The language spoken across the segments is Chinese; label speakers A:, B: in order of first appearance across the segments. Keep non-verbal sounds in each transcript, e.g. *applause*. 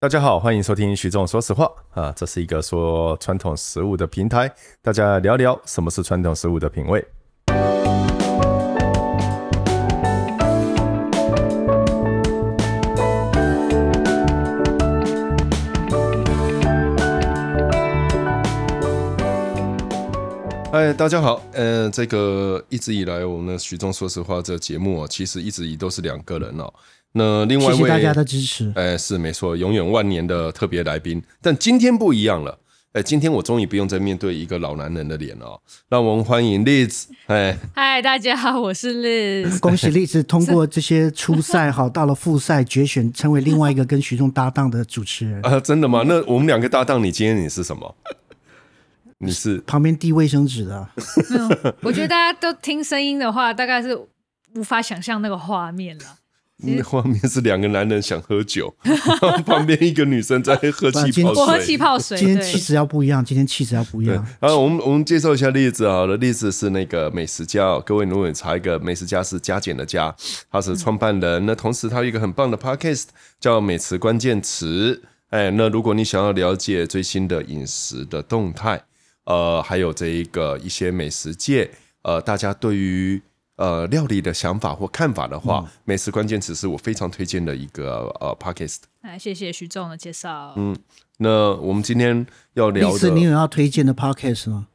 A: 大家好，欢迎收听徐总说实话啊，这是一个说传统食物的平台，大家聊聊什么是传统食物的品味。嗨，哎大家好，呃，这个一直以来我们的徐总说实话这节目哦，其实一直以都是两个人哦。那另外
B: 谢
A: 一
B: 谢
A: 位
B: 大家的支持。
A: 哎，是没错，永远万年的特别来宾。但今天不一样了，哎，今天我终于不用再面对一个老男人的脸了哦。让我们欢迎 Liz，哎，
C: 嗨，大家好，我是
A: *laughs*
C: Liz。
B: 恭喜栗子通过这些初赛，好到了复赛决选，成为另外一个跟徐仲搭档的主持人。
A: 啊，真的吗？那我们两个搭档，你今天你是什么？你是
B: 旁边递卫生纸的啊，
C: 我觉得大家都听声音的话，大概是无法想象那个画面了。
A: 那画面是两个男人想喝酒， *laughs* 旁边一个女生在喝
B: 不然
A: 气
B: 今
A: 泡
B: 天
A: 水。
C: 我喝气泡水，
B: 今天气
C: 对，
B: 质要不一样，今天气质要不一
A: 对
B: 样。，
A: 然后我们我们介绍一下栗子好了，栗子是那个美食家哦，各位如果你查一个美食家是加减的加，他是创办人，那同时他有一个很棒的 podcast 叫美食关键词，哎，那如果你想要了解最新的饮食的动态，呃，还有这一个一些美食界，呃，大家对于呃料理的想法或看法的话，
B: 嗯
A: 美食关键词是我非常推荐的一个呃 podcast。
C: 哎，谢谢徐总的介绍。
A: 嗯那我们今天要聊
B: 栗
A: 的，
B: 子，你有要推荐的 podcast 吗？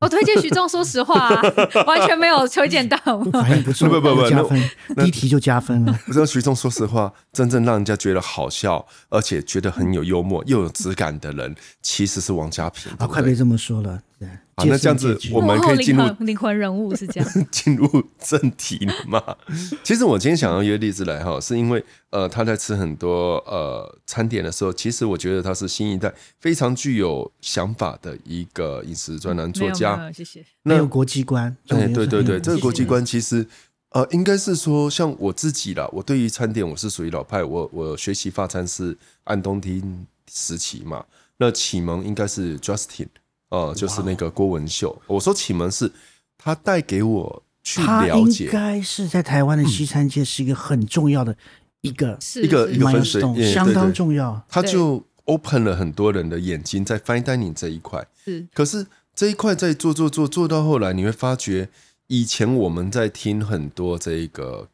C: 我哦推荐徐总，说实话、啊
A: *laughs*
C: 完全没有推荐到。
B: 反应不错，
A: 不不不
B: 那加分，第一题就加
A: *laughs*
B: 分了。
A: 不知道徐仲，说实话，真正让人家觉得好笑，而且觉得很有幽默又有质感的人，其实是王家平。
B: 啊，
A: 对不
B: 快
A: 对
B: 别这么说了。对
A: 好那这样子
B: 借势借据
A: 我们
C: 幕
A: 可
C: 后
A: 以进
C: 灵
A: 入
C: 魂灵魂人物是这样。
A: 进入正题了嘛？
B: *laughs*
A: 其实我今天想要约栗子来哈，是因为呃，他在吃很多呃餐点的时候，其实我觉得他是新一代非常具有想法的一个饮食专栏
C: 没
A: 作
C: 有
A: 家。
C: 没有，谢谢。
A: 那
B: 嗯没有国际观，重
A: 哎，
B: 点是
A: 对对
B: 没
A: 对，
B: 有
A: 这个国际
B: 观。
A: 观其实呃，应该是说像我自己啦，我对于餐点我是属于老派，我我学习法餐是安东厅时期嘛，那启蒙应该是 Justin，呃，就是
B: 哦
A: 那个郭文秀。我说启蒙是他带给我去
B: 他
A: 了
B: 应
A: 解
B: 该是在台湾的西餐界是一个很重要的一个
C: 是
A: 一个
C: 是
A: 一个分水，
B: milestone，
A: 哎
B: 相
A: 对
B: 当
A: 对
B: 重要。
A: 他就 open 了很多人的眼睛在 fine dining 这一块。
C: 是
A: 可是这一块在做做做做到后来，你会发觉，以前我们在听很多这一个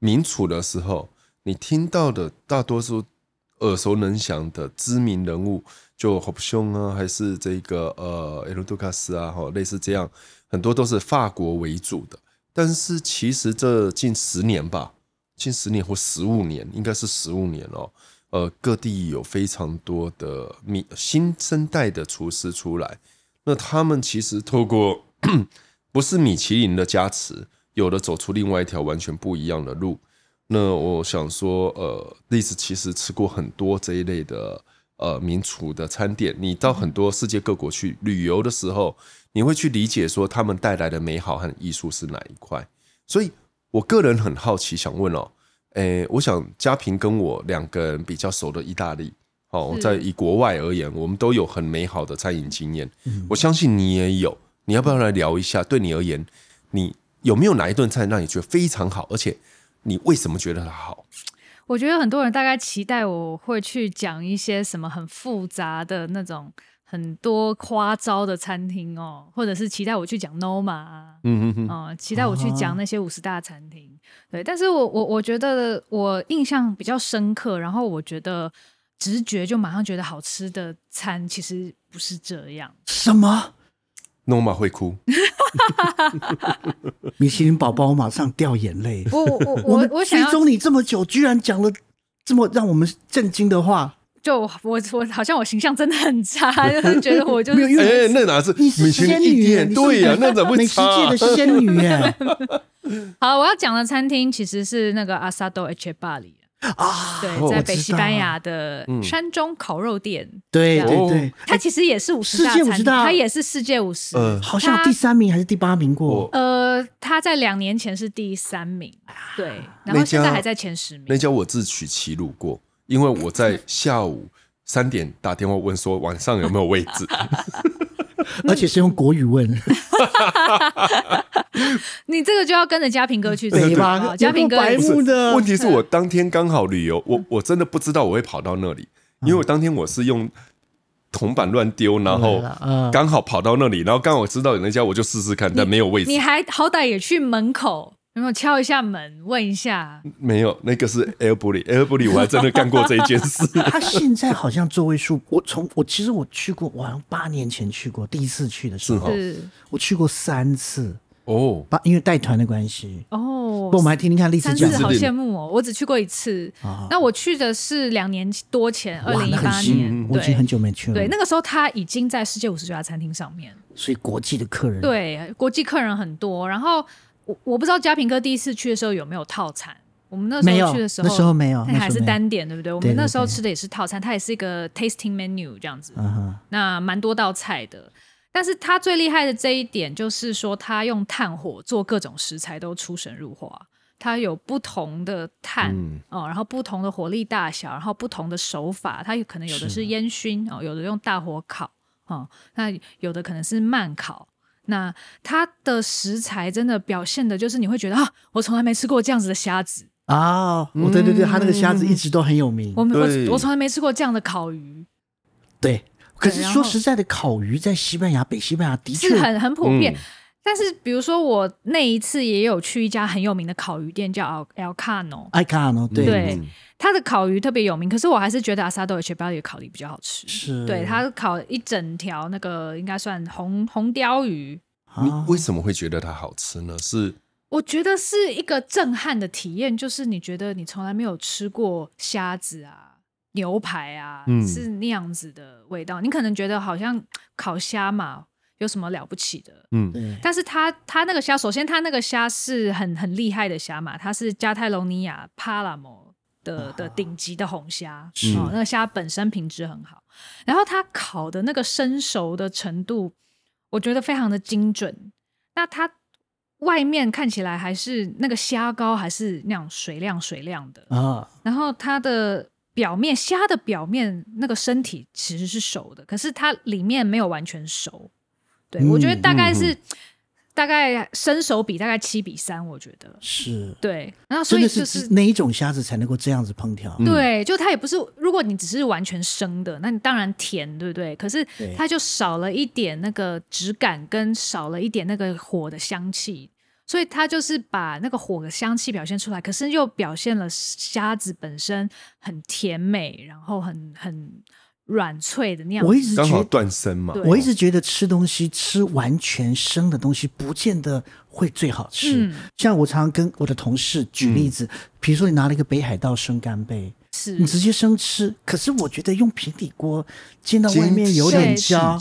A: 民厨的时候，你听到的大多数耳熟能详的知名人物，就 h o p s h o n 啊，还是这个呃 e l 杜卡斯啊，哈，类似这样，很多都是法国为主的。但是其实这近十年吧，近十年或十五年，应该是十五年哦。呃，各地有非常多的米新生代的厨师出来，那他们其实透过 *clears throat* 不是米其林的加持，有的走出另外一条完全不一样的路。那我想说，呃，栗子其实吃过很多这一类的呃民厨的餐点。你到很多世界各国去旅游的时候，你会去理解说他们带来的美好和艺术是哪一块。所以我个人很好奇，想问哦，诶，我想嘉平跟我两个人比较熟的意大利，哦，
C: 是
A: 在以国外而言，我们都有很美好的餐饮经验。我相信你也有，你要不要来聊一下？对你而言，你有没有哪一顿菜让你觉得非常好，而且你为什么觉得它好？
C: 我觉得很多人大概期待我会去讲一些什么很复杂的那种很多花招的餐厅哦，或者是期待我去讲 Noma 啊，
A: 嗯嗯嗯，
C: 嗯、期待我去讲那些五十大餐厅。对，但是我我我觉得我印象比较深刻，然后我觉得直觉就马上觉得好吃的餐其实不是这样。
B: 什么？
A: 诺玛会哭，
B: 米其林宝宝马上掉眼泪。
C: 我我我
B: 们
C: 我我想
B: 追
C: 要
B: 踪你这么久，居然讲了这么让我们震惊的话，
C: 就我我我好像我形象真的很差，就是觉得我就
B: 没有
C: 是
B: 因
A: 哎、
B: 为
A: 那哪是
B: 你是
A: 米其林
B: 仙
A: 一
B: 女耶，
A: 店？
B: 你是
A: 对呀、那怎么
B: 美
A: 会
B: 食
A: 差、
B: 界的仙女耶
C: 好，我要讲的餐厅其实是那个阿萨多 H 巴黎。
B: 啊！
C: 对，
A: 哦
C: 在
B: 我知
C: 北西
B: 道
C: 班牙的
A: 嗯
C: 山中烤肉店，
B: 对
A: 哦
B: 对对，
C: 它其实也是五十大
B: 世界
C: 餐
B: 50
C: 厅，
B: 大
C: 它也是世界五十。
A: 呃
B: 好像有第三名还是第八名过
A: 我，
C: 呃，它在两年前是第三名，对，然
B: 啊
A: 那
C: 后现在
A: 家
C: 还在前十
A: *laughs* 那
C: 名。
A: 家我自取其辱过，因为我在下午三点打电话问说晚上有没有位
B: *laughs*
A: 置，
B: 而且是用国
A: *laughs*
B: 语问。
C: 你这个就要跟着嘉平哥去吃
B: 北
C: 了
B: 吧
C: 哦好，嘉平
B: 有够
C: 哥
B: 白
C: 也
A: 不
C: 是
A: 是
B: 目的嗯
A: 问题是我当天刚好旅游，我我真的不知道我会跑到那里。因为我当天我是用铜板乱丢，然后
B: 来了嗯
A: 刚好跑到那里，然后刚好知道有那家，我就试试看，但没有位置
C: 你，还好歹也去门口，有没有敲一下门问一下？
A: 没有那个是 Air b u l l y Air b u l l y 我还真的干过这一件
B: *laughs*
A: 事。
B: 他现在好像座位数，我从我其实我去过，我好像八年前去过，第一次去的时
A: 是
B: 候，
A: 哦
C: 是
B: 我去过三次，
A: 哦，
B: 八因为带团的关系。
C: 哦
B: 不，我们来听听看历史
C: 三
B: 讲
C: 次
A: 次
C: 好
A: 零
C: 羡慕哦！我只去过一次，
B: 啊，
C: 那我去的是两年多前，二
B: 哇，
C: 零一
B: 那很
C: 八
B: 新
C: 年，，
B: 我已经很
C: 对
B: 久没去了。
C: 对，那个时候他已经在世界五十家餐厅上面，
B: 所以国际的客人，
C: 对，国际客人很多。然后我我不知道嘉平哥第一次去的时候有没有套餐，我们那
B: 没
C: 时
B: 有
C: 候去的时候
B: 那时候没有那
C: 那
B: 时候
C: 还是
B: 没有
C: 单点对不对？我
B: 对
C: 们
B: 对
C: 那时候
B: 对
C: 吃的也是套餐，它也是一个 tasting menu 这样子。
B: 嗯哼，
C: 那蛮多道菜的。但是它最厉害的这一点就是说，它用炭火做各种食材都出神入化，它有不同的炭
A: 嗯
C: 哦、然后不同的火力大小，然后不同的手法，它有可能有的是烟熏哦，有的用大火烤哦，那有的可能是慢烤。那它的食材真的表现的就是你会觉得啊，我从来没吃过这样子的虾子，哦
B: 啊，我对对对，他那个虾子一直都很有名。
C: 我没
A: 对
C: 我我从来没吃过这样的烤鱼，
B: 对，可是
C: 然
B: 说
C: 后
B: 实在的，烤鱼在西班牙、北西班牙的确
C: 是很很普遍。
A: 嗯
C: 但是，比如说我那一次也有去一家很有名的烤鱼店，叫 El Cano，
B: 爱看哦，对，
C: 对
A: 嗯
C: 它的烤鱼特别有名。可是我还是觉得阿萨多尔切巴里的烤鱼比较好吃。
B: 是
C: 对，它烤一整条那个应该算红红鲷鱼，
A: 你
B: 啊
A: 为什么会觉得它好吃呢？是
C: 我觉得是一个震撼的体验，就是你觉得你从来没有吃过虾子啊、牛排啊，
A: 嗯
C: 是那样子的味道。你可能觉得好像烤虾嘛，有什么了不起的？
A: 嗯
B: 对
C: 但是它它那个虾，首先它那个虾是很很厉害的虾嘛，它是加泰隆尼亚帕拉摩的的顶级的红虾，
B: 是
C: 哦，那个虾本身品质很好，然后它烤的那个生熟的程度，我觉得非常的精准。那它外面看起来还是那个虾膏还是那样水亮水亮的，
B: 啊，
C: 然后它的表面虾的表面那个身体其实是熟的，可是它里面没有完全熟。对、
B: 嗯
C: 我觉得大概是、大概生熟比大概七比三，我觉得
B: 是，
C: 对。然后所
B: 真
C: 以
B: 的
C: 就是
B: 只那一种虾子才能够这样子烹调。
C: 对，就它也不是，如果你只是完全生的，那你当然甜，对不对？可是
B: 对
C: 它就少了一点那个质感，跟少了一点那个火的香气，所以它就是把那个火的香气表现出来，可是又表现了虾子本身很甜美，然后很很软脆的那样子。
B: 我一直
A: 刚好
B: 觉得，
A: 断生嘛？
C: 对
B: 我一直觉得吃东西吃完全生的东西，不见得会最好吃。
C: 嗯
B: 像我常常跟我的同事举例子，
A: 嗯
B: 比如说你拿了一个北海道生干贝，
C: 是
B: 你直接生吃，可是我觉得用平底锅煎到外面有点
C: 煎起
B: 焦，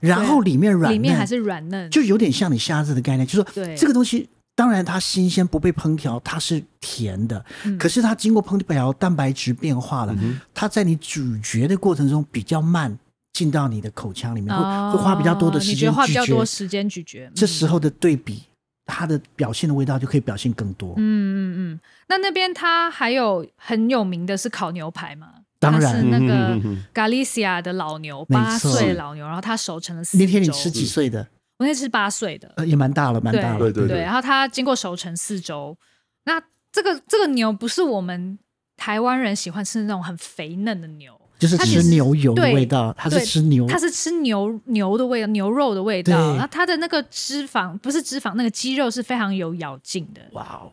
B: 然后里面软
C: 里面
B: 嫩
C: 还是软嫩，
B: 就有点像你虾子的概念，就是说
C: 对
B: 这个东西。当然，它新鲜不被烹调，它是甜的。
C: 嗯
B: 可是它经过烹调，蛋白质变
A: 嗯
B: 化了，它在你咀嚼的过程中比较慢进到你的口腔里面，
C: 哦
B: 会会花比较多的时
C: 你觉
B: 间
C: 得花
B: 咀
C: 比较
B: 嚼。
C: 多时间咀嚼。
B: 这
C: 嗯
B: 时候的对比，它的表现的味道就可以表现更多。
C: 嗯嗯嗯，那那边它还有很有名的是烤牛排嘛？
B: 当然
C: 它是那
A: 嗯嗯
C: 个
A: 嗯
C: Galicia 的老牛，
B: 没
C: 八
B: 错
C: 岁老牛，然后它熟成了四周。
B: 那天你吃几岁的？
C: 我那天是八岁的，
B: 呃，也蛮大了，蛮大了。
A: 对对
C: 哦对，然后它经过熟成四周。那这个这个牛不是我们台湾人喜欢吃那种很肥嫩的牛，
B: 就是
C: 它其
B: 吃
C: 实
B: 牛油的
C: 对
B: 味道，它是
C: 对
B: 吃牛，
C: 它是吃牛牛的味道，牛肉的味道，
B: 对
C: 那它的那个脂肪不是脂肪，那个肌肉是非常有咬劲的。
B: 哇哦！我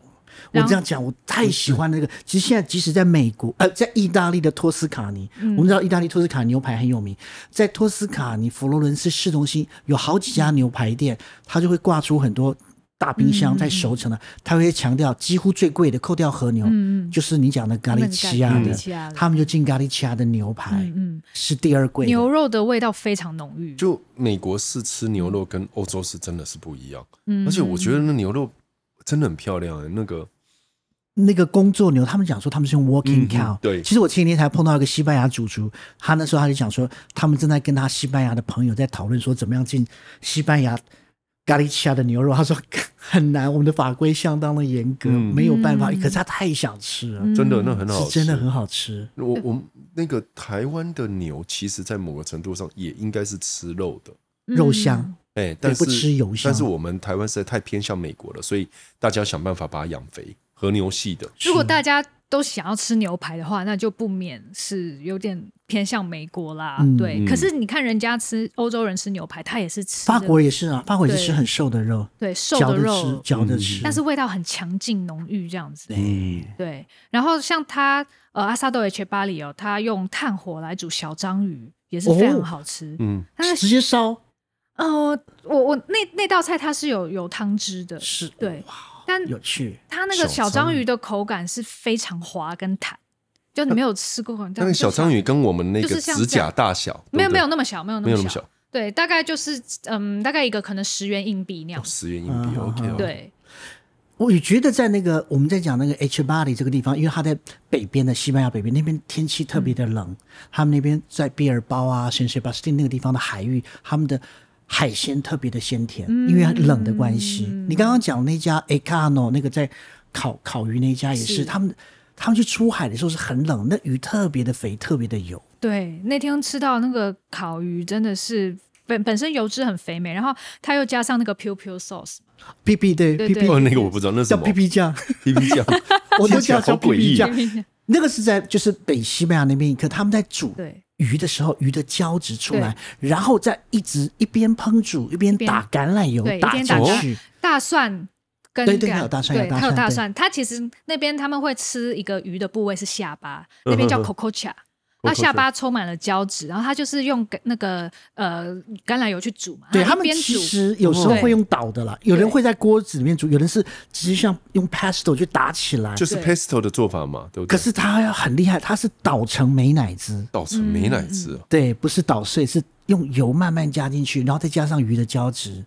C: 然后嗯
B: 这样讲，我太喜欢那个。其实现在，即使在美国，呃，在意大利的托斯卡尼，
C: 嗯
B: 我们知道意大利托斯卡尼牛排很有名，在托斯卡尼佛罗伦斯市中心有好几家牛排店，它就会挂出很多大冰
C: 嗯
B: 箱在熟成的，它会强调几乎最贵的，扣掉和牛，
C: 嗯嗯嗯
B: 就是你讲的咖喱奇亚
C: 那个咖喱
B: 的
C: 奇亚，的
B: 他们就进咖喱奇亚的牛排，
C: 嗯嗯，
B: 是第二贵的。
C: 牛肉的味道非常浓郁。
A: 就美国是吃牛肉跟欧洲是真的是不一样，
C: 嗯
A: 而且我觉得那牛肉真的很漂亮、欸，那个
B: 那个工作牛，他们讲说他们是用 walking
A: 嗯
B: cow、
A: 对
B: 其实我前几天才碰到一个西班牙主厨，他那时候他就讲说，他们正在跟他西班牙的朋友在讨论说怎么样进西班牙咖喱奇亚的牛肉。他说很难，我们的法规相当的严格，
A: 嗯
B: 没有办法。
C: 嗯
B: 可是他太想吃了，
A: 真的
C: 嗯
A: 那很好
B: 是
A: 吃，
B: 真的很好吃。
A: 我我那个台湾的牛，其实在某个程度上也应该是吃肉的，
C: 嗯
B: 肉香，
A: 哎、但是
B: 不吃油香
A: 但是我们台湾实在太偏向美国了，所以大家想办法把它养肥，和牛系的。
C: 如果大家都想要吃牛排的话，那就不免是有点偏向美国啦。
B: 嗯
C: 对，
A: 嗯
C: 可是你看人家吃欧洲人吃牛排，他也是吃
B: 法
C: 的
B: 国也是啊，法国也是吃
C: 对
B: 很瘦的肉，
C: 对瘦
B: 嚼
C: 的
B: 着
C: 肉
B: 吃，，嚼着吃。
C: 但是味道很强劲浓郁这样子。
A: 嗯
B: 对，
C: 对，然后像他呃阿萨豆 H 巴里哦，他用炭火来煮小章鱼，也是非常
B: 哦
C: 好吃。
A: 嗯，
C: 他的
B: 直接烧
C: 呃，我我那那道菜它是有有汤汁的，
B: 是，
C: 对
B: 哇，
C: 但
B: 有趣。
C: 它那
B: 小
C: 个小章
B: 章
C: 鱼的口感是非常滑跟弹，就你没有吃过
B: 啊
C: 这样
A: 那个
C: 就
A: 小章
C: 是
A: 鱼跟我们那
C: 就
A: 个
C: 是像
A: 指
C: 这样
A: 甲大小，
C: 没
A: 对
C: 有
A: 不对
C: 没有那么小，没有那
A: 没有那
C: 么
A: 么
C: 小
A: 小，，
C: 对，大概就是嗯，大概一个可能十元硬币那样
A: 哦
C: 子，
A: 十元硬币
B: 嗯
A: ，OK，
B: 嗯
A: OK
C: 啊对，
B: 我也觉得在那个我们在讲那个 H 巴黎这个地方，因为它在北边的西班牙北边那边天气特别的冷，他们那边在毕尔包啊、圣塞巴斯汀那个地方的海域，他们的海鲜特别的鲜甜，因为冷的关系。你刚刚讲那家 e c a n o 那个在烤烤鱼那家也是，
C: 是
B: 他们他们去出海的时候是很冷，那鱼特别的肥，特别的油。
C: 对，那天吃到那个烤鱼真的是本本身油脂很肥美，然后它又加上那个 pew pew sauce，
B: P P 对
C: 对
B: P
C: 对
B: P
A: 哦，那个我不知道，那是
B: 叫
A: 什么
B: P P 酱，
A: 皮皮酱，
B: *laughs* 我都
A: 听起来
B: 叫叫
A: 好诡
B: PP
A: 异
B: 酱。那个是在就是北西班牙那边一个，他们在煮
C: *laughs* 对
B: 鱼的时候，鱼的胶质出来，然后再一直一边烹煮一边
C: 边
B: 打橄榄油
C: 对，一
B: 打
C: 边打
B: 进
C: 橄
B: 去，
C: 大蒜跟
B: 对对
C: 橄
B: 还有大蒜
C: 对，
B: 有大
C: 它有
B: 蒜
C: 大
B: 对
C: 蒜，它其实那边他们会吃一个鱼的部位是下巴，那边叫
A: 嗯
C: cococha。它下巴充满了胶质，然后它就是用那个呃橄榄油去煮嘛，
B: 对
C: 它
B: 他
C: 一
B: 们
C: 边
B: 其
C: 煮
B: 实有时候
C: 对
B: 会用倒的啦，有人会在锅子里面煮，有人是直接像用 pesto 去打起来。
A: 就是
C: 对
A: pesto 的做法嘛，对不对？
B: 可是它很厉害，它是捣成美乃滋，
A: 倒成
C: 嗯
A: 美乃滋哦，
B: 对，不是捣碎，是用油慢慢加进去，然后再加上鱼的胶质，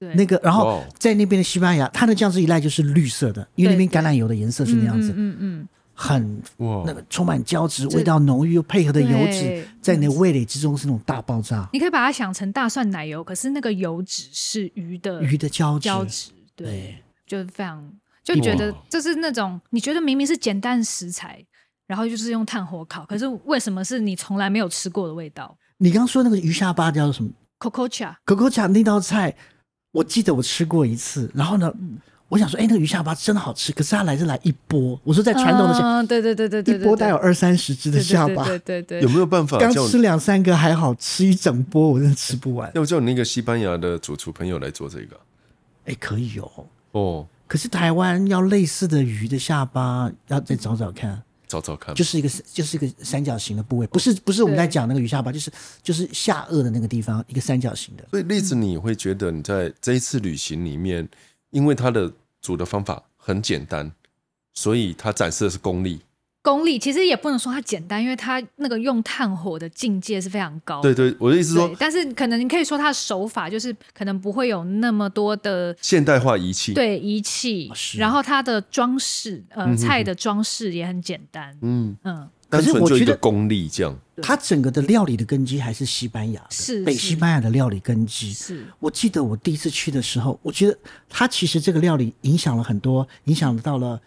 C: 对
B: 那个，然
A: 哇
B: 后
A: 哦
B: 在那边的西班牙，它的酱汁一来就是绿色的，因为那边橄榄油的颜色是那样子，
C: 嗯嗯
B: 很
A: 哇
B: 那个充满胶质，
C: 这
B: 味道浓郁又配合的油脂
C: 对，
B: 在你的味蕾之中是那种大爆炸，
C: 你可以把它想成大蒜奶油，可是那个油脂是鱼的
B: 鱼的胶质。
C: 呃胶质，对，
B: 对，
C: 就是非常就觉得
A: 哇
C: 就是那种你觉得明明是简单食材，然后就是用炭火烤，可是为什么是你从来没有吃过的味道
B: 你刚刚说那个鱼下巴叫什么？
C: ？Cococha，
B: 可可酱那道菜，我记得我吃过一次，然后呢，
C: 嗯
B: 我想说，哎，那个鱼下巴真好吃，可是它来是来一波，我说在传统的
C: 嗯对对对对对
B: 一
C: 对，
B: 波带有二三十只
C: 对
B: 的下巴，
C: 对对对
A: 有
C: 对，
A: 没有办法
B: 刚
A: 叫
B: 吃两三个还好，吃一整波我真的吃不完。
A: 要叫你那个西班牙的主厨朋友来做这个
B: 哎，可以哦，
A: 哦，
B: 可是台湾要类似的鱼的下巴，要再找找
C: 嗯
B: 看。
A: 找找看，
B: 就是一个就是一个三角形的部位，不是不是我们在讲那个鱼下巴，就是就是下颚的那个地方，一个三角形的。
A: 所以栗子，你会觉得你在这一次旅行里面，因为它的煮的方法很简单，所以它展示的是功力。
C: 功力其实也不能说它简单，因为它那个用炭火的境界是非常高
A: 对
C: 的。
A: 对，我的意思是
C: 哦对
A: 说，，
C: 但是可能你可以说它的手法就是可能不会有那么多的
A: 现代化仪器，，
C: 对仪器
B: 啊，是嗯
C: 然后它的装饰，呃，菜的装饰也很简单，
A: 嗯，
C: 嗯，
A: 单纯
B: 可是
A: 就
B: 我
A: 一
B: 觉
A: 个
B: 得
A: 功力这样。
B: 它整个的料理的根基还是西班牙的，
C: 是
B: 北
C: 是
B: 西班牙的料理根基。
C: 是
B: 我记得我第一次去的时候，我觉得它其实这个料理影响了很多，影响到了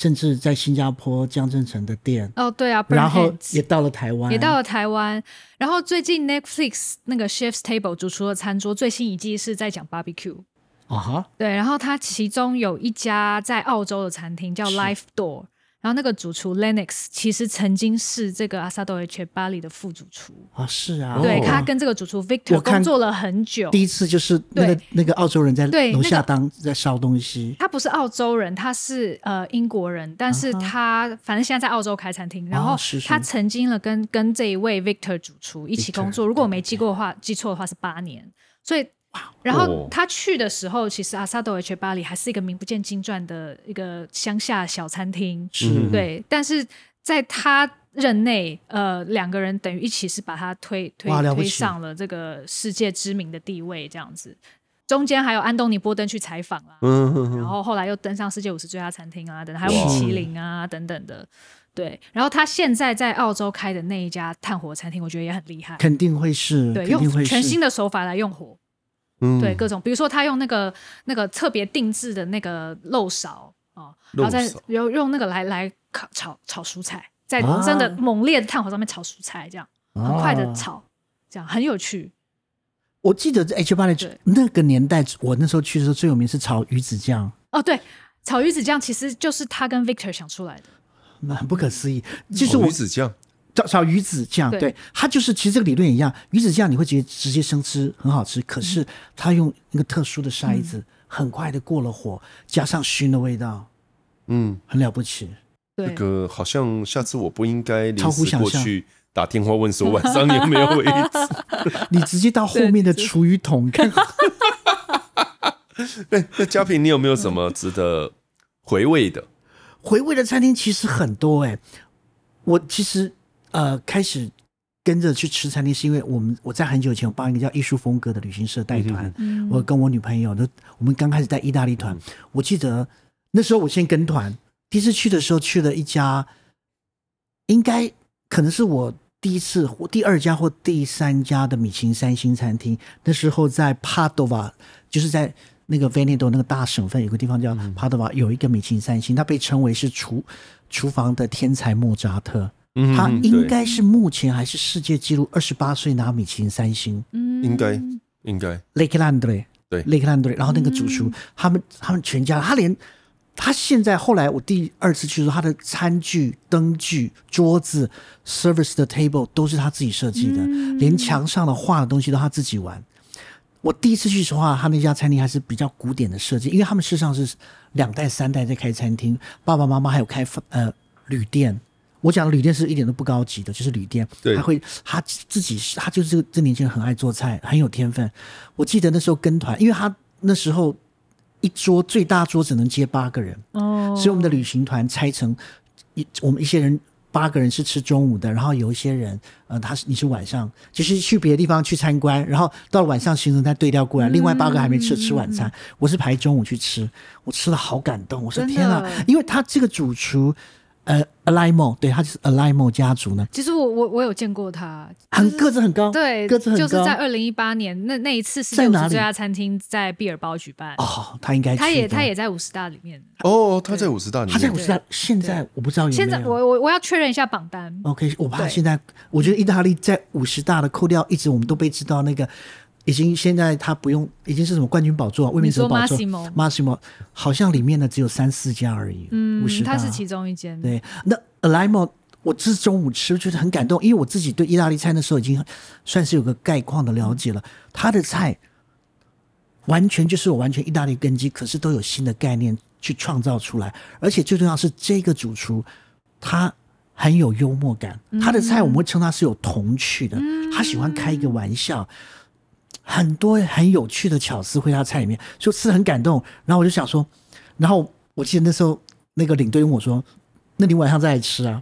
B: 甚至在新加坡江镇城的店，
C: 哦，对啊，
B: 然后
C: Bernhard's
B: 也到了台湾，
C: 也到了台湾，然后最近 Netflix 那个 Chef's Table 主厨的餐桌最新一季是在讲 barbecue，
B: 啊哈，
C: 对，然后它其中有一家在澳洲的餐厅叫 Life Door，然后那个主厨 Lennox 其实曾经是这个阿萨多 H 巴里的副主厨，
B: 啊是啊，
C: 对
A: 哦
C: 他跟这个主厨 Victor
B: 我看
C: 工作了很久。
B: 第一次就是那个
C: 对
B: 那个澳洲人在
C: 对
B: 楼
C: 那
B: 下
C: 个
B: 当在烧东西，
C: 他不是澳洲人，他是呃英国人，但是他、反正现在在澳洲开餐厅，然后
B: 啊哦是是
C: 他曾经了跟跟这一位 Victor 主厨一起
B: Victor，
C: 工作，如果我没记过的话，记错的话是八年，所以。然后
A: 哦
C: 他去的时候，其实阿萨多 H 巴里还是一个名不见经传的一个乡下小餐厅，
B: 是
C: 对。但是在他任内，呃，两个人等于一起是把他推推
B: 哇了不
C: 推
B: 起
C: 上了这个世界知名的地位，这样子。中间还有安东尼波登去采访啊啦，
A: 嗯哼
C: 然
A: 哼，
C: 后后来又登上世界五十最佳餐厅啊，等等还有
A: 哇
C: 米其林啊等等的。对，然后他现在在澳洲开的那一家炭火餐厅，我觉得也很厉害。
B: 肯定会是，
C: 对，
B: 肯定
C: 用
B: 会是
C: 全新的手法来用火，
A: 嗯，
C: 对各种，比如说他用那个那个特别定制的那个漏勺哦，然后再
A: 漏勺
C: 用用那个来来烤炒炒蔬菜，在
B: 啊
C: 真的猛烈的炭火上面炒蔬菜，这样很快的
B: 啊
C: 炒，这样很有趣。
B: 我记得在 H 八
C: 对
B: 的那个年代，我那时候去的时候最有名是炒鱼子酱，
C: 哦，对，炒鱼子酱其实就是他跟 Victor 想出来的。
B: 很不可思议。
C: 嗯
B: 就是
A: 哦
B: 我
A: 鱼子酱，
B: 找找鱼子酱，
C: 对
B: 对，它就是其实这个理论也一样，鱼子酱你会直接直接生吃，很好吃，可是它用那个特殊的筛子，很快的过了火，加上熏的味道，
A: 嗯，
B: 很了不起。
A: 这
C: 对，
A: 个好像下次我不应该临
B: 超乎
A: 时
B: 想
A: 过
B: 象
A: 去打电话问说晚上有没有位置。
B: 你直接到后面的厨余 *laughs* 桶看， *laughs*
A: 那哎那嘉平，你有没有什么值得回味的？
B: 回味的餐厅其实很多哎、我其实呃开始跟着去吃餐厅，是因为我们我在很久以前我帮一个叫艺术风格的旅行社带团，
C: 嗯
B: 我跟我女朋友都我们刚开始带意大利
A: 嗯
B: 团，我记得那时候我先跟团，第一次去的时候去了一家，应该可能是我第一次或第二家或第三家的米其林三星餐厅，那时候在帕多瓦，就是在。那个 Veneto 那个大省份有个地方叫
A: 嗯
B: 帕多瓦，有一个米其林三星，它被称为是厨厨房的天才莫扎特，
A: 嗯
B: 他
A: 嗯
B: 应
A: 对
B: 该是目前还是世界纪录，二十八岁拿米其林三星。
C: 嗯
A: 应该应该
B: Lake Landry，
A: 对
B: ，Lake Landry，然后那个主厨、
C: 嗯
B: 他们他们全家，他连他现在后来我第二次去的时候，他的餐具、灯具、桌子、service 的 table 都是他自己设计的，
C: 嗯
B: 连墙上的画的东西都他自己玩。我第一次去的话，他那家餐厅还是比较古典的设计，因为他们事实上是两代三代在开餐厅，爸爸妈妈还有开饭呃旅店。我讲的旅店是一点都不高级的，就是旅店，
A: 对
B: 他会他自己是他就是这个这年轻人很爱做菜，很有天分。我记得那时候跟团，因为他那时候一桌最大桌只能接八个人，
C: 哦，
B: 所以我们的旅行团拆成一我们一些人八个人是吃中午的，然后有一些人呃他是你是晚上，就是去别的地方去参观，然后到了晚上行程再对调过来，
C: 嗯
B: 另外八个还没吃吃晚餐，我是排中午去吃，我吃了好感动，我说
C: 真的
B: 天哪，因为他这个主厨呃 Alimo 对他就是 Alimo 家族呢，
C: 其实我我我有见过他，
B: 很个子很高，
C: 对，
B: 哦个子很
C: 就
B: 高，
C: 是在二零一八年那那一次世
B: 在
C: 界五
B: 哪
C: 十
B: 里
C: 最佳餐厅在毕尔包举办，
B: 哦，他应该
C: 他
B: 去
C: 也
B: 的
C: 他也在五十大里面。
A: 哦，他在五十大里
B: 他在
A: 面
B: 我知道，现在我不知道有哦没有。
C: 现在我我我要确认一下榜单，
B: OK，我怕
C: 对
B: 现在，我觉得意大利在五十大的扣掉，一直我们都被知道那个，已经现在他不用，已经是什么冠军宝座、卫冕者宝座
C: 你说 Massimo
B: ，Massimo 好像里面呢只有三四家而已，
C: 嗯
B: 五十，大
C: 他是其中一间。
B: 对，那 Alimo 我是中午吃，觉得很感动，因为我自己对意大利菜那时候已经算是有个概况的了解了。他的菜完全就是我完全意大利根基，可是都有新的概念去创造出来，而且最重要是这个主厨他。很有幽默感，他的菜我们会称他是有童趣的，他喜欢开一个玩笑，很多很有趣的巧思会在他菜里面，所以我吃得很感动。然后我就想说，然后我记得那时候那个领队问我说：“那你晚上再来吃啊？”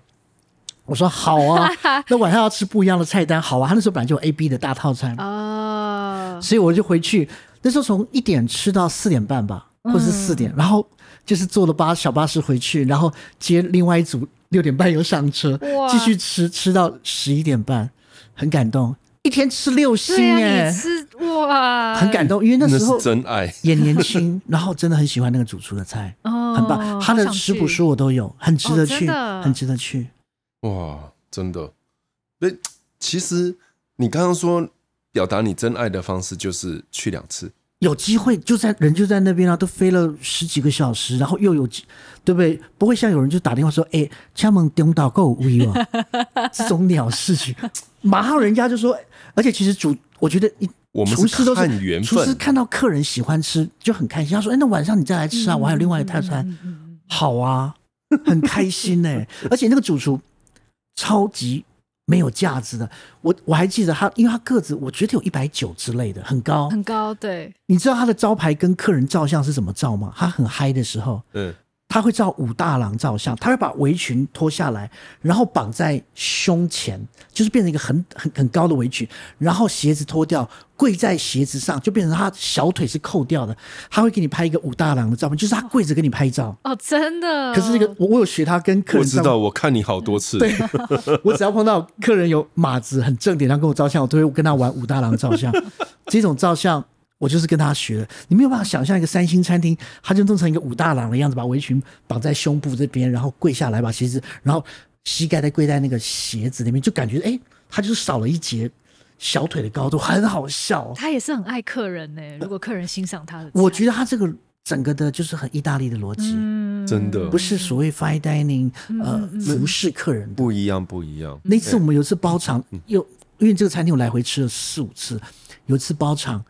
B: 我说：“好啊，
C: *laughs*
B: 那晚上要吃不一样的菜单，好啊。”他那时候本来就有 A B 的大套餐，
C: 哦，
B: 所以我就回去。那时候从一点吃到四点半吧，
C: 嗯
B: 或者是四点，然后就是坐了巴小巴士回去，然后接另外一组六点半又上车
C: 哇，
B: 继续吃吃到十一点半，很感动。一天吃六星
C: 对
B: 哎、
C: 啊，你吃哇，
B: 很感动，因为那
A: 那
B: 时候
A: 是真爱。
B: 也年轻，然后真的很喜欢那个主厨的菜，
C: *laughs* 哦，
B: 很棒。他的食谱书
C: 书
B: 我都有，很值得
C: 哦
B: 去
C: 真，的
B: 很值得去。
A: 哇，真的。那其实你刚刚说表达你真爱的方式就是去两次，
B: 有机会就在人就在那边啊，都飞了十几个小时，然后又有机，对不对？不会像有人就打电话说：“哎，加盟东岛够无
C: *laughs*
B: 语哦。”这种鸟事情，马上人家就说。而且其实主，我觉得一
A: 我们
B: 厨师
A: 是
B: 都是
A: 看缘
B: 厨师
A: 分。
B: 看到客人喜欢吃就很开心，他说：“哎，那晚上你再来吃啊，
C: 嗯
B: 我还有另外一套餐。好啊，很开心呢、欸而且那个主厨超级没有架子的，我我还记得他，因为他个子我觉得有一百九之类的，很高。
C: 很高，对，
B: 你知道他的招牌跟客人照相是怎么照吗？他很嗨的时候，
A: 嗯，
B: 他会照武大郎照相，他会把围裙脱下来，然后绑在胸前，就是变成一个很很很高的围裙，然后鞋子脱掉，跪在鞋子上，就变成他小腿是扣掉的。他会给你拍一个武大郎的照片，就是他跪着给你拍照。
C: 哦，真的。
B: 可是这个我我有学他跟客
A: 我
B: 人
A: 知
B: 照
A: 道，我看你好多次。
B: 我只要碰到客人有码子很正点，然后跟我照相，我都会跟他玩武大郎照相。这种照相我就是跟他学的。你没有办法想象一个三星餐厅，他就弄成一个武大郎的样子，把围裙绑在胸部这边，然后跪下来把鞋子，然后膝盖再跪在那个鞋子里面，就感觉哎，他就是少了一截小腿的高度，很好笑哦、
C: 他也是很爱客人呢，如果客人欣赏他的菜，
B: 我觉得他这个整个的就是很意大利的逻辑，
C: 嗯
A: 真的
B: 不是所谓 fine dining 呃
C: 嗯嗯嗯
B: 服侍客人的。
A: 不一样，不一样。
B: 那次我们有一次包场，
A: 嗯
B: 有因为这个餐厅我来回吃了四五次，有一次包场，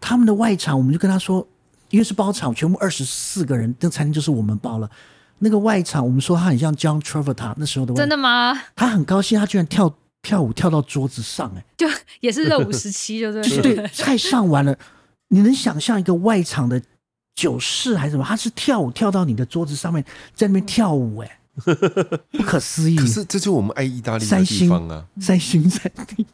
B: 他们的外场我们就跟他说，因为是包场，全部二十四个人，那餐厅就是我们包了。那个外场我们说他很像 John Travolta 那时候的外，
C: 真的吗？
B: 他很高兴，他居然跳跳舞跳到桌子上、哎。
C: 就也是热舞时期，就是
B: 对，菜上完了，你能想象一个外场的酒室还是什么？他是跳舞跳到你的桌子上面，在那边跳舞、
A: *laughs*
B: 哎，不可思议
A: 可，是这就我们爱意大利的
B: 三
A: 地
B: 星
A: 方啊，
B: 在新在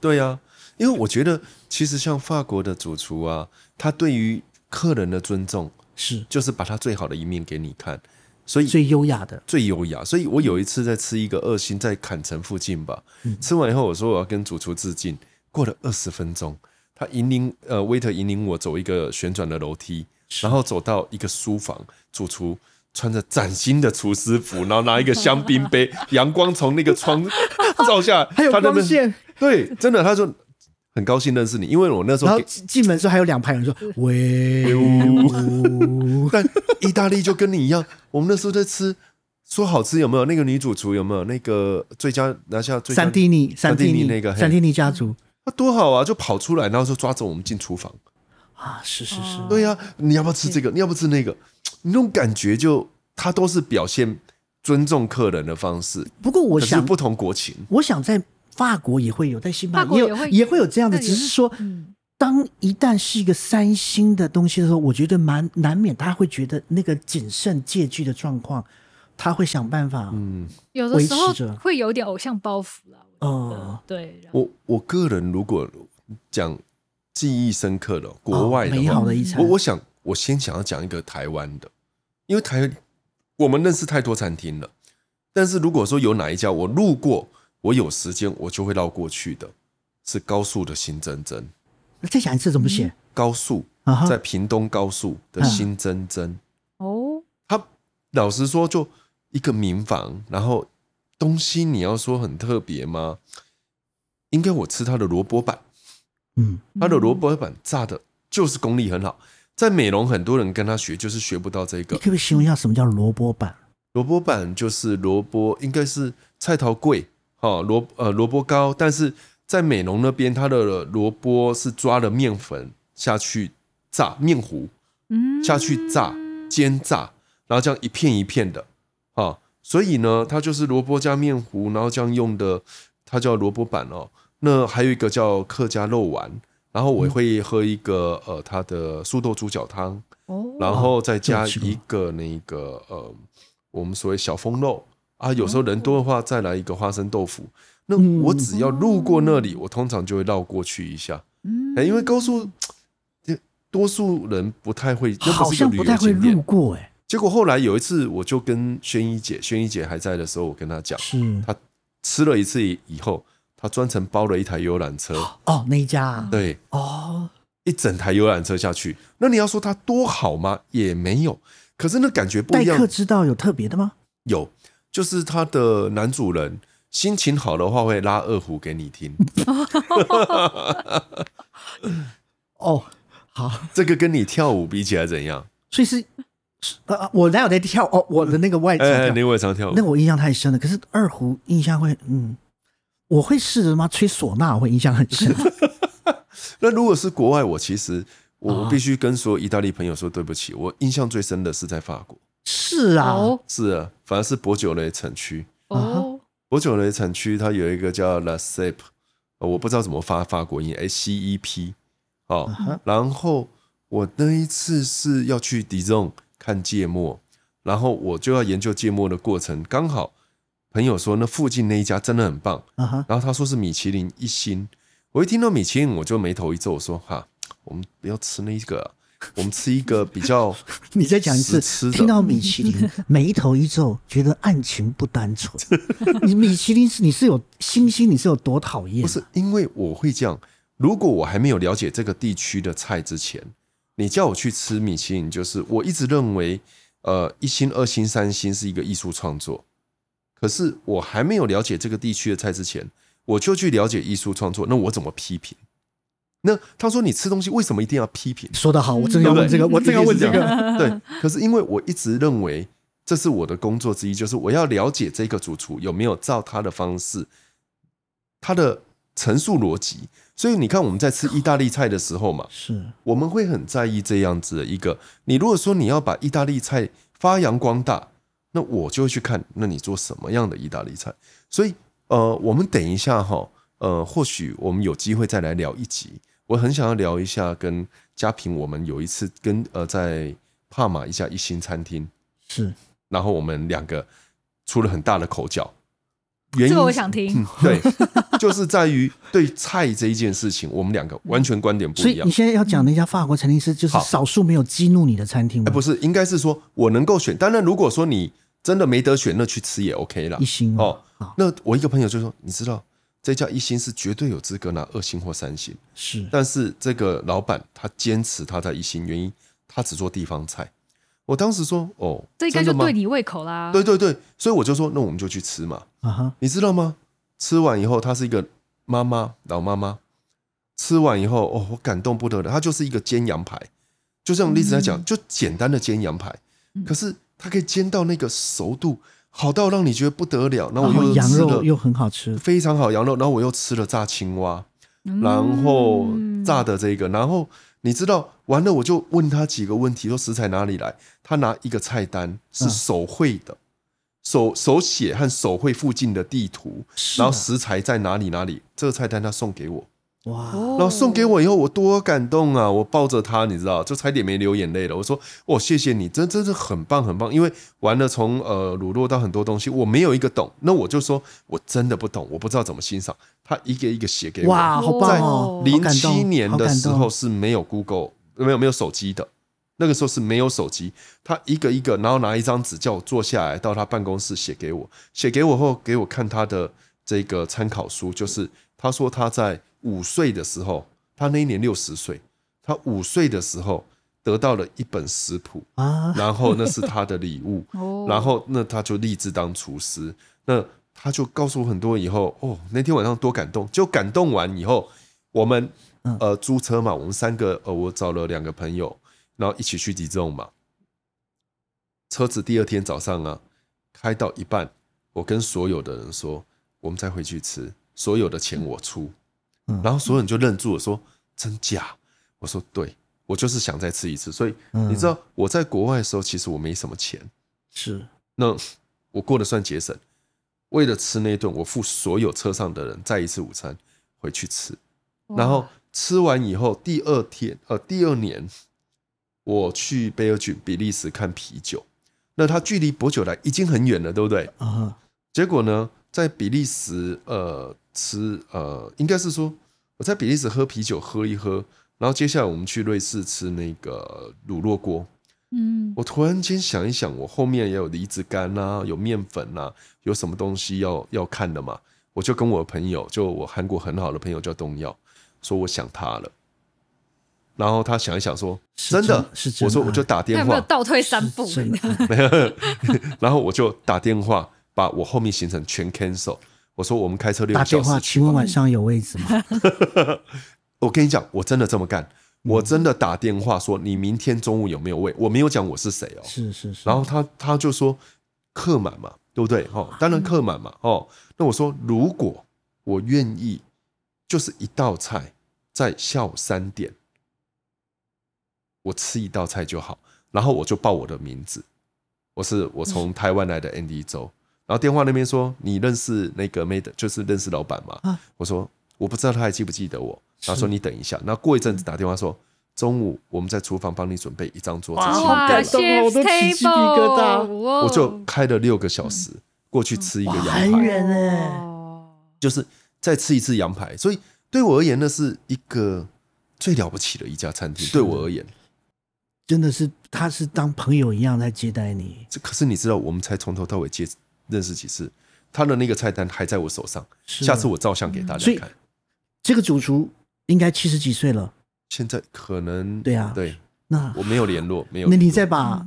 A: 对啊，因为我觉得其实像法国的主厨啊，他对于客人的尊重，
B: 是
A: 就是把他最好的一面给你看，所以
B: 最优雅的，
A: 最优雅。所以我有一次在吃一个二星，在坎城附近吧，
B: 嗯
A: 吃完以后我说我要跟主厨致敬，过了二十分钟，他引领呃 waiter 引领我走一个旋转的楼梯，然后走到一个书房，主厨。穿着崭新的厨师服，然后拿一个香槟杯，
B: *laughs*
A: 阳光从那个窗照下来，
B: 还有
A: 他在那
B: 光
A: 边
B: 线。
A: *laughs* 对，真的，他说很高兴认识你，因为我那时
B: 然
A: 候
B: 后
A: 给，
B: 进进门的时候还有两排人说喂， *laughs*
A: 但 *laughs* 意大利就跟你一样，我们那时候在吃，说好吃有没有？那个女主厨有没有？那个最佳拿下最佳
B: 三蒂尼，三蒂
A: 尼
B: 尼
A: 那个嘿
B: 三蒂尼家族
A: 那多好啊！就跑出来，然后就抓着我们进厨房。
B: 啊，是是是，
C: 哦
A: 对呀、你要不要吃这个？你要不要吃那个？那种感觉就，他都是表现尊重客人的方式，
B: 不过我
A: 可是
B: 想
A: 不同国情。
B: 我想在法国也会有，在西班
C: 法
B: 牙
C: 国
B: 也
C: 也
B: 有
C: 会
B: 也会有这样的，
C: 那
B: 只
C: 也
B: 是说，
C: 嗯
B: 当一旦是一个三星的东西的时候，我觉得蛮难免他会觉得那个谨慎戒惧的状况，他会想办法，
A: 嗯，
C: 有的时候
B: 维持着
C: 会有点偶像包袱啦。我觉得
B: 哦
C: 对，然后
A: 我我个人如果讲记忆深刻的国外的
B: 哦
A: 话、
B: 美好的一餐，
A: 我我想，我先想要讲一个台湾的，因为台我们认识太多餐厅了。但是如果说有哪一家我路过，我有时间我就会绕过去的，是高速的新珍珍。
B: 再想一次怎么写
A: 高速
B: 啊哈
A: 嗯在屏东高速的新珍珍，
C: 哦，
A: 它老实说就一个民房，然后东西你要说很特别吗？应该我吃它的萝卜板，
B: 嗯，
A: 它的萝卜板炸的就是功力很好，在美容很多人跟他学，就是学不到这
B: 你
A: 个
B: 可。不可以形容一下什么叫萝卜版？
A: 萝卜板就是萝卜，应该是菜头贵哦，萝呃萝卜糕，但是在美容那边，它的萝卜是抓了面粉下去炸面糊，
C: 嗯
A: 下去炸煎炸，然后这样一片一片的啊、哦所以呢，它就是萝卜加面糊，然后这样用的，它叫萝卜板哦。那还有一个叫客家肉丸，然后我会喝一个呃它的素豆猪脚汤，
C: 哦，
A: 然后再加
B: 这个吃过
A: 一个那个呃，我们所谓小风肉啊，有时候人多的话，再来一个花生豆腐。那我只要路过那
B: 嗯
A: 里，我通常就会绕过去一下，
C: 嗯
A: 哎，因为高速呃多数人不太会，那
B: 好
A: 是一个
B: 像
A: 旅游
B: 不太会
A: 景
B: 路
A: 点。
B: 过哎，
A: 结果后来有一次，我就跟轩一姐，轩一姐还在的时候，我跟她讲，
B: 是
A: 她吃了一次以后，她专程包了一台游览车，
B: 哦那一家啊
A: 对，
B: 哦
A: 一整台游览车下去。那你要说它多好吗？也没有。可是那感觉不
B: 待
A: 一样
B: 客，之道有特别的吗？
A: 有，就是他的男主人心情好的话会拉二胡给你
B: *laughs*
A: 听，
B: 哦好，
A: 这个跟你跳舞比起来怎样？
B: 所以是是呃呃我哪有在跳哦我的那个外场
A: 哎、
B: 跳
A: 你我也常跳舞
B: 那，我印象太深了。可是二胡印象会，嗯，我会试着吗？吹唢呐我会印象很深。
A: *laughs* 那如果是国外，我其实我我
B: 啊
A: 必须跟所有意大利朋友说对不起，我印象最深的是在法国，
B: 是啊，
C: 哦
A: 是啊，反而是博久雷城区，
C: 哦，
A: 博久雷城区它有一个叫 La s e p 我不知道怎么发法国音，A C E P，哦，
B: 啊哈
A: 然后我那一次是要去 d i z o n 看芥末，然后我就要研究芥末的过程。刚好朋友说那附近那一家真的很棒，
B: 啊哈，
A: 然后他说是米其林一星。我一听到米其林，我就眉头一皱，我说哈，我们不要吃那个啊、我们吃一个比较
B: *laughs* 你再讲一
A: 实
B: 次
A: 吃，的
B: 听到米其林眉头一皱，觉得案情不
A: *laughs*
B: 单纯。你米其林是你是有星星，你是有多讨厌？
A: 不是，因为我会这样。如果我还没有了解这个地区的菜之前，你叫我去吃米其林，就是我一直认为，呃，一星、二星、三星是一个艺术创作。可是我还没有了解这个地区的菜之前，我就去了解艺术创作，那我怎么批评？那他说你吃东西为什么一定要批评？
B: 说得好，我正
A: 对
B: 要
A: 不对
B: 问这个，我正要问这个。 *laughs*
A: 个。对，可是因为我一直认为这是我的工作之一，就是我要了解这个主厨有没有照他的方式，他的陈述逻辑。所以你看我们在吃意大利菜的时候嘛，
B: 是
A: 我们会很在意这样子的一个。你如果说你要把意大利菜发扬光大，那我就会去看，那你做什么样的意大利菜？所以，呃，我们等一下哈，呃，或许我们有机会再来聊一集。我很想要聊一下跟嘉平，我们有一次跟呃在帕马一家一星餐厅，
B: 是，
A: 然后我们两个出了很大的口角。原因
C: 这个我想听
A: 嗯，对，就是在于对菜这一件事情，我们两个完全观点不
B: 所
A: 一
B: 以
A: 样
B: 你。现在要讲那家法国餐厅是就是
A: 好
B: 少数没有激怒你的餐厅
A: 哎，
B: 吗？
A: 不是，应该是说我能够选。当然，如果说你真的没得选，那去吃也 OK 啦
B: 一。星吗啊
A: 哦
B: 好，
A: 那我一个朋友就说，你知道这家一星是绝对有资格拿二星或三星，
B: 是
A: 但是这个老板他坚持他在一星，原因他只做地方菜。我当时说，哦，
C: 这应该就
A: 真的吗
C: 对你啊胃口啦。
A: 对对对，所以我就说，那我们就去吃嘛。
B: 啊哈，
A: 你知道吗？吃完以后，她是一个妈妈，老妈妈。吃完以后，哦，我感动不得了。她就是一个煎羊排，就像栗子在讲，
B: 嗯
A: 就简单的煎羊排，可是它可以煎到那个熟度好到让你觉得不得了。然后
B: 然
A: 我
B: 后
A: 又
B: 羊
A: 吃
B: 肉又
A: 了
B: 很好吃，
A: 非常好羊肉，然后我又吃了炸青蛙，
C: 嗯
A: 然后炸的这个，然后你知道完了，我就问他几个问题，说食材哪里来？他拿一个菜单是
B: 嗯
A: 手绘的，手手写和手绘附近的地图，
B: 是
A: 然后
B: 啊
A: 食材在哪里哪里，这个菜单他送给我，
B: 哇，
C: 哦
A: 然后送给我以后，我多感动啊！我抱着他，你知道，就差点没流眼泪了。我说：“哦，谢谢你，真真是很棒很棒。”因为完了从呃乳酪到很多东西，我没有一个懂，那我就说我真的不懂，我不知道怎么欣赏。他一个一个写给我，
B: 哇，好棒哦！
C: 在
B: 好
A: 零
B: 感动
A: 七年
B: 好
A: 的
B: 感
A: 时
B: 动
A: 候是没有 Google，没有没有手机的，那个时候是没有手机。他一个一个，然后拿一张纸叫我坐下来，到他办公室写给我，写给我后给我看他的这个参考书，就是他说他在五岁的时候，他那一年六十岁，他五岁的时候得到了一本食谱，
B: 啊，
A: 然后那是他的礼物。
C: 哦，
A: 然后那他就立志当厨师，那他就告诉我很多以后，哦，那天晚上多感动，就感动完以后，我们
B: 嗯
A: 呃租车嘛，我们三个呃我找了两个朋友，然后一起去集中嘛，车子第二天早上啊开到一半，我跟所有的人说，我们再回去吃，所有的钱我出，
B: 嗯
A: 然后所有人就愣住了，说真假？我说对。我就是想再吃一次，所以
B: 嗯
A: 你知道我在国外的时候，其实我没什么钱，
B: 是
A: 那我过得算节省。为了吃那一顿，我付所有车上的人再一次午餐回去吃，
C: 哇
A: 然后吃完以后，第二天呃第二年，我去贝尔郡比利时看啤酒，那它距离博酒来已经很远了，对不对？
B: 啊哈，
A: 结果呢，在比利时呃吃呃，应该是说我在比利时喝啤酒喝一喝，然后接下来我们去瑞士吃那个乳酪锅，
C: 嗯，
A: 我突然间想一想，我后面也有离子干啊，有面粉啊，有什么东西要要看的嘛？我就跟我朋友，就我韩国很好的朋友叫东耀，说我想他了。然后他想一想说：“
B: 是真
A: 的，
B: 是真啊
A: 我说
B: 爱
A: 我就打
C: 那有
A: 电
C: 没有
A: 话，
C: 倒退三步？
A: *laughs*
B: 是真的
A: 然后我就打电话把我后面行程全 cancel。我说我们开车六
B: 打
A: 个小
B: 电话，
A: 时去
B: 请
A: 吧。哦
B: 问晚上有位置吗？
A: 我跟你讲，我真的这么干，我真的打电话说你明天中午有没有位？我没有讲我是谁哦。
B: 是是是，
A: 然后他他就说客满嘛，对不对？哦，当
B: 嗯
A: 然客满嘛，哦。那我说如果我愿意，就是一道菜在下午三点，我吃一道菜就好，然后我就报我的名字，我是我
B: 嗯
A: 从台湾来的 Andy 周。然后电话那边说你认识那个 Made，就是认识老板嘛？
B: 啊
A: 我说我不知道他还记不记得我。然后说
B: 是
A: 你等一下，然后过一阵子打电话说中午我们在厨房帮你准备一张桌子，
B: 哇
A: 请你
B: 好
C: 哇
A: 过
B: 感
A: 来
B: 动哦我都
C: chef's
B: 起鸡皮疙瘩
C: table，哇
A: 我就开了六个小时过去吃一个
B: 哦嗯哇
A: 羊
B: 很
A: 排，
B: 远欸
C: 哦
A: 就是再吃一次羊排。所以对我而言，那是一个最了不起的一家餐厅。
B: 是
A: 对我而言，
B: 真的是他是当朋友一样在接待你，
A: 这可是你知道，我们才从头到尾接认识几次，他的那个菜单还在我手上，
B: 是
A: 下次我照相给大
B: 所
A: 家
B: 以
A: 看。
B: 这个主厨应该七十几岁了，
A: 现在可能
B: 对啊
A: 对
B: 那
A: 我没有联络，没有
B: 那
A: 联络。
B: 你再把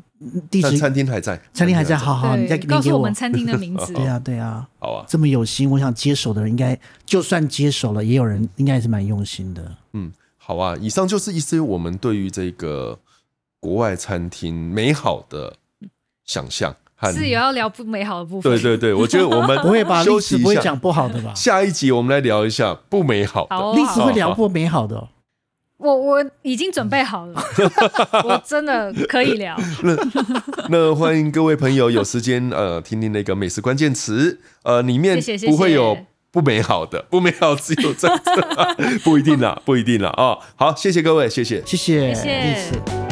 B: 地
A: 但
B: 址
A: 餐厅还在，
B: 餐厅还在，好好，你再
C: 对，
B: 你
C: 告
B: 给
C: 诉我
B: 我
C: 们。餐厅的名
A: *laughs*
C: 字。
B: 对啊，对啊，
A: 好啊，
B: 这么有心，我想接手的人应该，就算接手了，也有人应该也是蛮用心的。
A: 嗯，好啊，以上就是一些我们对于这个国外餐厅美好的想象和。
C: 是也要聊不美好的部分。
A: 对对对，我觉得我
B: *laughs*
A: 们 *laughs*
B: 不会吧？
A: 啊休
B: 历
A: 息
B: 史
A: 一
B: 不会
A: 下
B: 讲不好的吧？
A: 下一集我们来聊一下不美好的。
C: *laughs* 好哦
B: 历史会聊不美好的哦、
C: 我我已经准备好了， *laughs* 我真的可以聊。
A: 那欢迎各位朋友有时间呃听听那个美食关键词，呃里面
C: 谢谢谢谢
A: 不会有不美好的，不美好只 *laughs* 有在这，不一定啦，不一定啦啊、哦！好，谢谢各位，谢谢。
B: 谢谢
C: 谢谢
B: 历史。